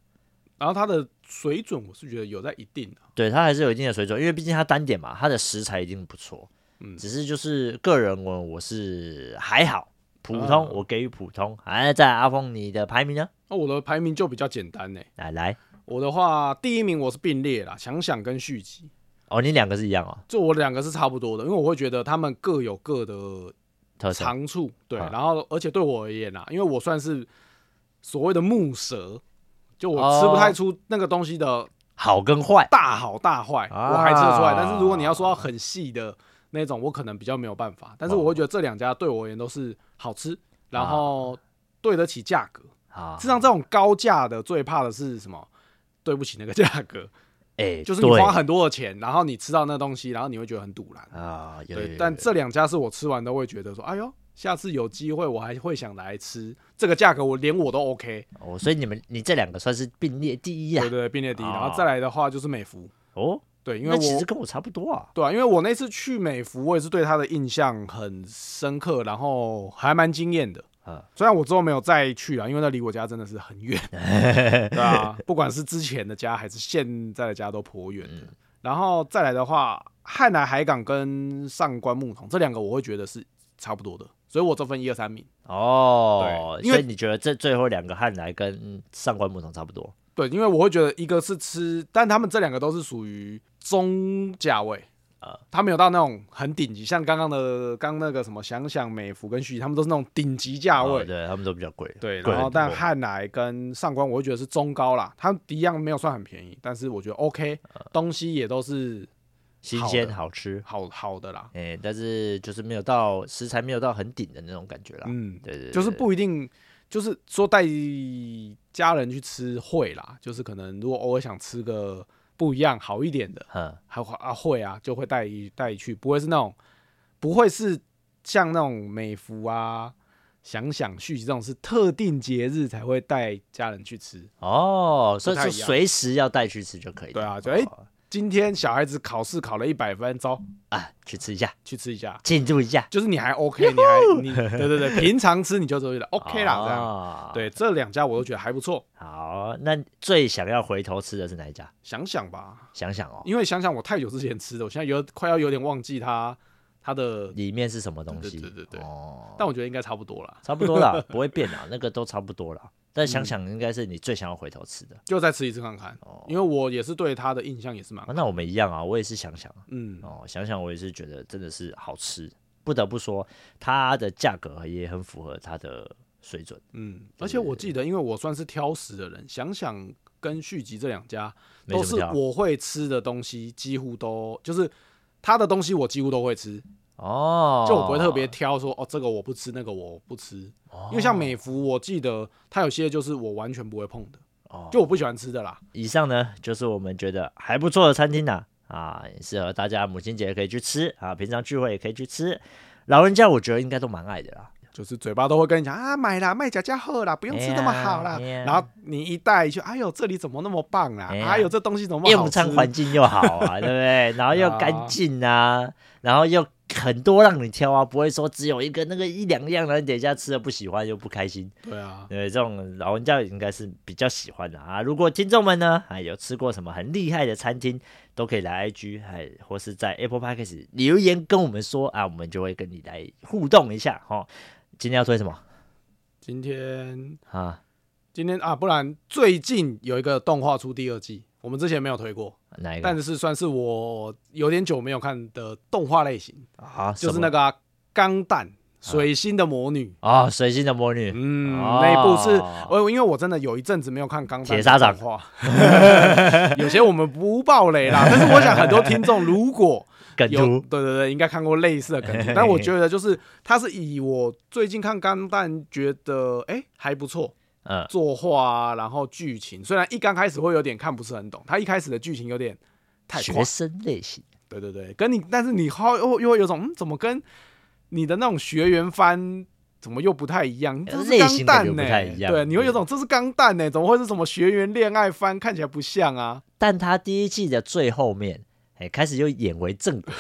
Speaker 2: 然后它的水准我是觉得有在一定的，
Speaker 1: 对，它还是有一定的水准，因为毕竟它单点嘛，它的食材一定不错。
Speaker 2: 嗯
Speaker 1: 只是就是个人我我是还好，普通，
Speaker 2: 嗯
Speaker 1: 我给予普通。哎，在阿峰，你的排名呢？
Speaker 2: 那我的排名就比较简单呢、欸
Speaker 1: 来来，
Speaker 2: 我的话，第一名我是并列啦，想想跟续集，
Speaker 1: 哦，你两个是一样哦，
Speaker 2: 就我两个是差不多的，因为我会觉得他们各有各的
Speaker 1: 特长
Speaker 2: 长处，对，
Speaker 1: 啊
Speaker 2: 然后而且对我而言啊，因为我算是所谓的木蛇，就
Speaker 1: 哦
Speaker 2: 我吃不太出那个东西的
Speaker 1: 好跟坏
Speaker 2: 大好大坏，
Speaker 1: 啊
Speaker 2: 我还吃得出来。但是如果你要说到很细的那种，我可能比较没有办法。但是我会觉得这两家对我而言都是好吃，然后对得起价格。
Speaker 1: 啊
Speaker 2: 事实，上，这种高价的最怕的是什么？对不起那个价格，
Speaker 1: 哎，
Speaker 2: 就是你
Speaker 1: 对
Speaker 2: 花很多的钱，然后你吃到那东西，然后你会觉得很堵然。
Speaker 1: 啊，有有有
Speaker 2: 对，
Speaker 1: 有
Speaker 2: 但这两家是我吃完都会觉得说，哎呦，下次有机会我还会想来吃。这个价格我连我都 OK，
Speaker 1: 哦，所以你们你这两个算是并列第一啊
Speaker 2: 对对，对，并列第一。
Speaker 1: 哦
Speaker 2: 然后再来的话就是美孚，
Speaker 1: 哦，
Speaker 2: 对，因为
Speaker 1: 那其
Speaker 2: 我
Speaker 1: 实跟我差不多啊，
Speaker 2: 对啊，因为我那次去美孚，我也是对它的印象很深刻，然后还蛮惊艳的。
Speaker 1: 嗯
Speaker 2: 虽然我之后没有再去了，因为那离我家真的是很远，对啊，不管是之前的家还是现在的家都颇远的。然后再来的话，汉来海港跟上官木桶这两个，我会觉得是差不多的，所以我这分一二三名。
Speaker 1: 哦，
Speaker 2: 对因
Speaker 1: 所
Speaker 2: 为
Speaker 1: 以你觉得这最后两个汉来跟上官牧童差不多？
Speaker 2: 对，因为我会觉得一个是吃，但他们这两个都是属于中价位，
Speaker 1: 呃
Speaker 2: 呃，他没有到那种很顶级，像刚刚的刚那个什么想想美孚跟旭，他们都是那种顶级价
Speaker 1: 哦
Speaker 2: 位。
Speaker 1: 对他们都比较贵，
Speaker 2: 对，
Speaker 1: 贵
Speaker 2: 然后
Speaker 1: 很
Speaker 2: 但
Speaker 1: 多
Speaker 2: 汉来跟上官，我会觉得是中高啦，他们一样没有算很便宜，但是我觉得 OK，东
Speaker 1: 啊
Speaker 2: 西也都是
Speaker 1: 新
Speaker 2: 好
Speaker 1: 鲜
Speaker 2: 的
Speaker 1: 好吃，
Speaker 2: 好好的啦，
Speaker 1: 哎，但是就是没有到食材没有到很顶的那种感觉啦，
Speaker 2: 嗯，
Speaker 1: 啊对对，对
Speaker 2: 就是
Speaker 1: 对
Speaker 2: 不一定，就是说带家人去吃会啦，就是可能如果偶尔想吃个不一样好一点的，
Speaker 1: 嗯
Speaker 2: 还会啊会啊，就会带一带去，不会是那种，不会是像那种美服啊、想想续集这种是特定节日才会带家人去吃。
Speaker 1: 哦，所以
Speaker 2: 不太
Speaker 1: 是
Speaker 2: 一样
Speaker 1: 随时要带去吃就可以了。
Speaker 2: 对啊就哎
Speaker 1: 哦
Speaker 2: 今天小孩子考试考了一百分，走
Speaker 1: 啊，去吃一下，
Speaker 2: 去吃一下，
Speaker 1: 庆祝一下
Speaker 2: 就是你还 OK，你还你对对对，平常吃你就觉得 OK 啦，这样。
Speaker 1: 哦，
Speaker 2: 对，这两家我都觉得还不错，
Speaker 1: 好，那最想要回头吃的是哪一家？
Speaker 2: 想想吧，
Speaker 1: 想想哦，
Speaker 2: 因为想想我太久之前吃的，我现在有快要有点忘记它它的，
Speaker 1: 里面是什么东西？
Speaker 2: 对对对对对
Speaker 1: 哦，
Speaker 2: 但我觉得应该差不多啦，
Speaker 1: 差不多啦， 不会变啦，那个都差不多啦。但想想应该是你最想要回头吃的。
Speaker 2: 就再吃一次看看，
Speaker 1: 哦
Speaker 2: 因为我也是对它的印象也是蛮
Speaker 1: 啊那我们一样啊，我也是想想啊
Speaker 2: 嗯，
Speaker 1: 哦，想想我也是觉得真的是好吃，不得不说它的价格也很符合它的水准。
Speaker 2: 嗯，
Speaker 1: 对
Speaker 2: 而且我记得，因为我算是挑食的人，想想跟续集这两家
Speaker 1: 没
Speaker 2: 都
Speaker 1: 什
Speaker 2: 是
Speaker 1: 么挑
Speaker 2: 我会吃的东西，几乎都就是他的东西我几乎都会吃，
Speaker 1: 哦，哦
Speaker 2: 就我不会特别挑说哦这个我不吃，那个我不吃，因为像美孚，我记得它有些就是我完全不会碰的，
Speaker 1: 哦
Speaker 2: 就我不喜欢吃的啦。
Speaker 1: 以上呢，就是我们觉得还不错的餐厅啦、啊，也适合大家母亲节可以去吃啊，平常聚会也可以去吃。老人家我觉得应该都蛮爱的啦，
Speaker 2: 就是嘴巴都会跟你讲啊，买啦，卖假假喝啦，不用吃那么好啦。
Speaker 1: 哎呀
Speaker 2: 然后你一带就，哎呦，这里怎么那么棒啦？
Speaker 1: 哎
Speaker 2: 哎
Speaker 1: 呀
Speaker 2: 呦，这东西怎么那么
Speaker 1: 用
Speaker 2: 好
Speaker 1: 餐
Speaker 2: 吃？
Speaker 1: 环境又好 啊，对不对？然后又干净啊，然后又很多让你挑啊，不会说只有一个那个一两样，然后你等一下吃了不喜欢又不开心。
Speaker 2: 对啊，
Speaker 1: 对，这种老人家应该是比较喜欢的啊。如果听众们呢，啊有吃过什么很厉害的餐厅，都可以来 IG，还或是在 Apple Podcast 留言跟我们说啊，我们就会跟你来互动一下哈。今天要推什么
Speaker 2: 今天
Speaker 1: 啊？
Speaker 2: 今天啊，不然最近有一个动画出第二季，我们之前没有推过，
Speaker 1: 哪一个？
Speaker 2: 但是算是我有点久没有看的动画类型，
Speaker 1: 啊，
Speaker 2: 就是
Speaker 1: 什
Speaker 2: 那
Speaker 1: 么
Speaker 2: 个啊钢、弹水星的魔女。
Speaker 1: 啊，水星的魔女。
Speaker 2: 嗯，
Speaker 1: 哦
Speaker 2: 那一部是我因为我真的有一阵子没有看钢弹
Speaker 1: 铁砂掌
Speaker 2: 动画， 有些我们不爆雷 啦，但是我想很多听众如果
Speaker 1: 梗
Speaker 2: 有
Speaker 1: 图
Speaker 2: 对对对，应该看过类似的梗 图，但我觉得就是它是以我最近看钢弹觉得哎、还不错，
Speaker 1: 嗯，
Speaker 2: 作画、啊，然后剧情，虽然一刚开始会有点看不是很懂，他一开始的剧情有点太快
Speaker 1: 学，生类型
Speaker 2: 对对对，跟你，但是你后又又会有种，嗯，怎么跟你的那种学员番怎么又不太一样？这是
Speaker 1: 类
Speaker 2: 钢
Speaker 1: 型感觉
Speaker 2: 弹
Speaker 1: 不
Speaker 2: 呢、
Speaker 1: 太一样
Speaker 2: 对，你会有种这是钢弹呢、怎么会是什么学员恋爱番？看起来不像啊，
Speaker 1: 但他第一季的最后面，哎，开始又演为正果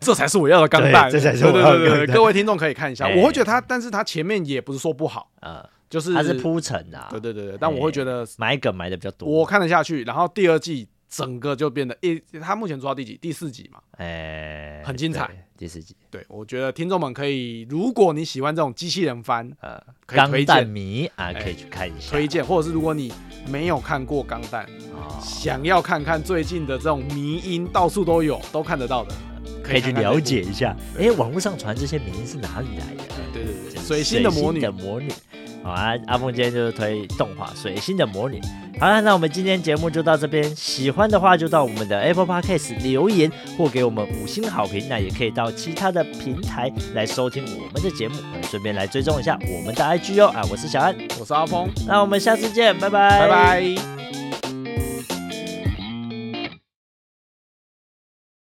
Speaker 2: 这才是我要的钢
Speaker 1: 嗯
Speaker 2: 弹，
Speaker 1: 对这才是
Speaker 2: 对
Speaker 1: 我要的
Speaker 2: 对对
Speaker 1: 钢
Speaker 2: 对
Speaker 1: 弹
Speaker 2: 各位听众可以看一下，
Speaker 1: 哎
Speaker 2: 我会觉得他，但是他前面也不是说不好，
Speaker 1: 啊，
Speaker 2: 就是
Speaker 1: 他是铺陈啊哎
Speaker 2: 对，对对对，但我会觉得
Speaker 1: 埋梗埋的比较多。
Speaker 2: 我看得下去，然后第二季整个就变得一，他目前做到第几？第四集嘛。
Speaker 1: 哎、
Speaker 2: 很精彩
Speaker 1: 对，第四集，
Speaker 2: 对，我觉得听众们可以，如果你喜欢这种机器人番，
Speaker 1: 呃，
Speaker 2: 可以
Speaker 1: 钢
Speaker 2: 推
Speaker 1: 弹
Speaker 2: 荐
Speaker 1: 迷啊，
Speaker 2: 哎
Speaker 1: 可以去看一下，
Speaker 2: 推荐，或者是如果你没有看过《钢弹》，
Speaker 1: 啊，
Speaker 2: 想要看看最近的这种迷音，到处都有，都看得到的，
Speaker 1: 可以去
Speaker 2: 看看
Speaker 1: 了
Speaker 2: 这
Speaker 1: 解
Speaker 2: 部。
Speaker 1: 一下，哎，网络上传这些名是哪里来的？
Speaker 2: 对对对，水星的魔女
Speaker 1: 水星的，魔女。好啊，阿凤今天就是推动画《水星的魔女》。好啊了，那我们今天节目就到这边，喜欢的话就到我们的 Apple Podcast 留言或给我们五星好评，那也可以到其他的平台来收听我们的节目，顺便来追踪一下我们的 IG 哦。啊，我是小安，
Speaker 2: 我是阿峰，
Speaker 1: 那我们下次见，拜拜，
Speaker 2: 拜拜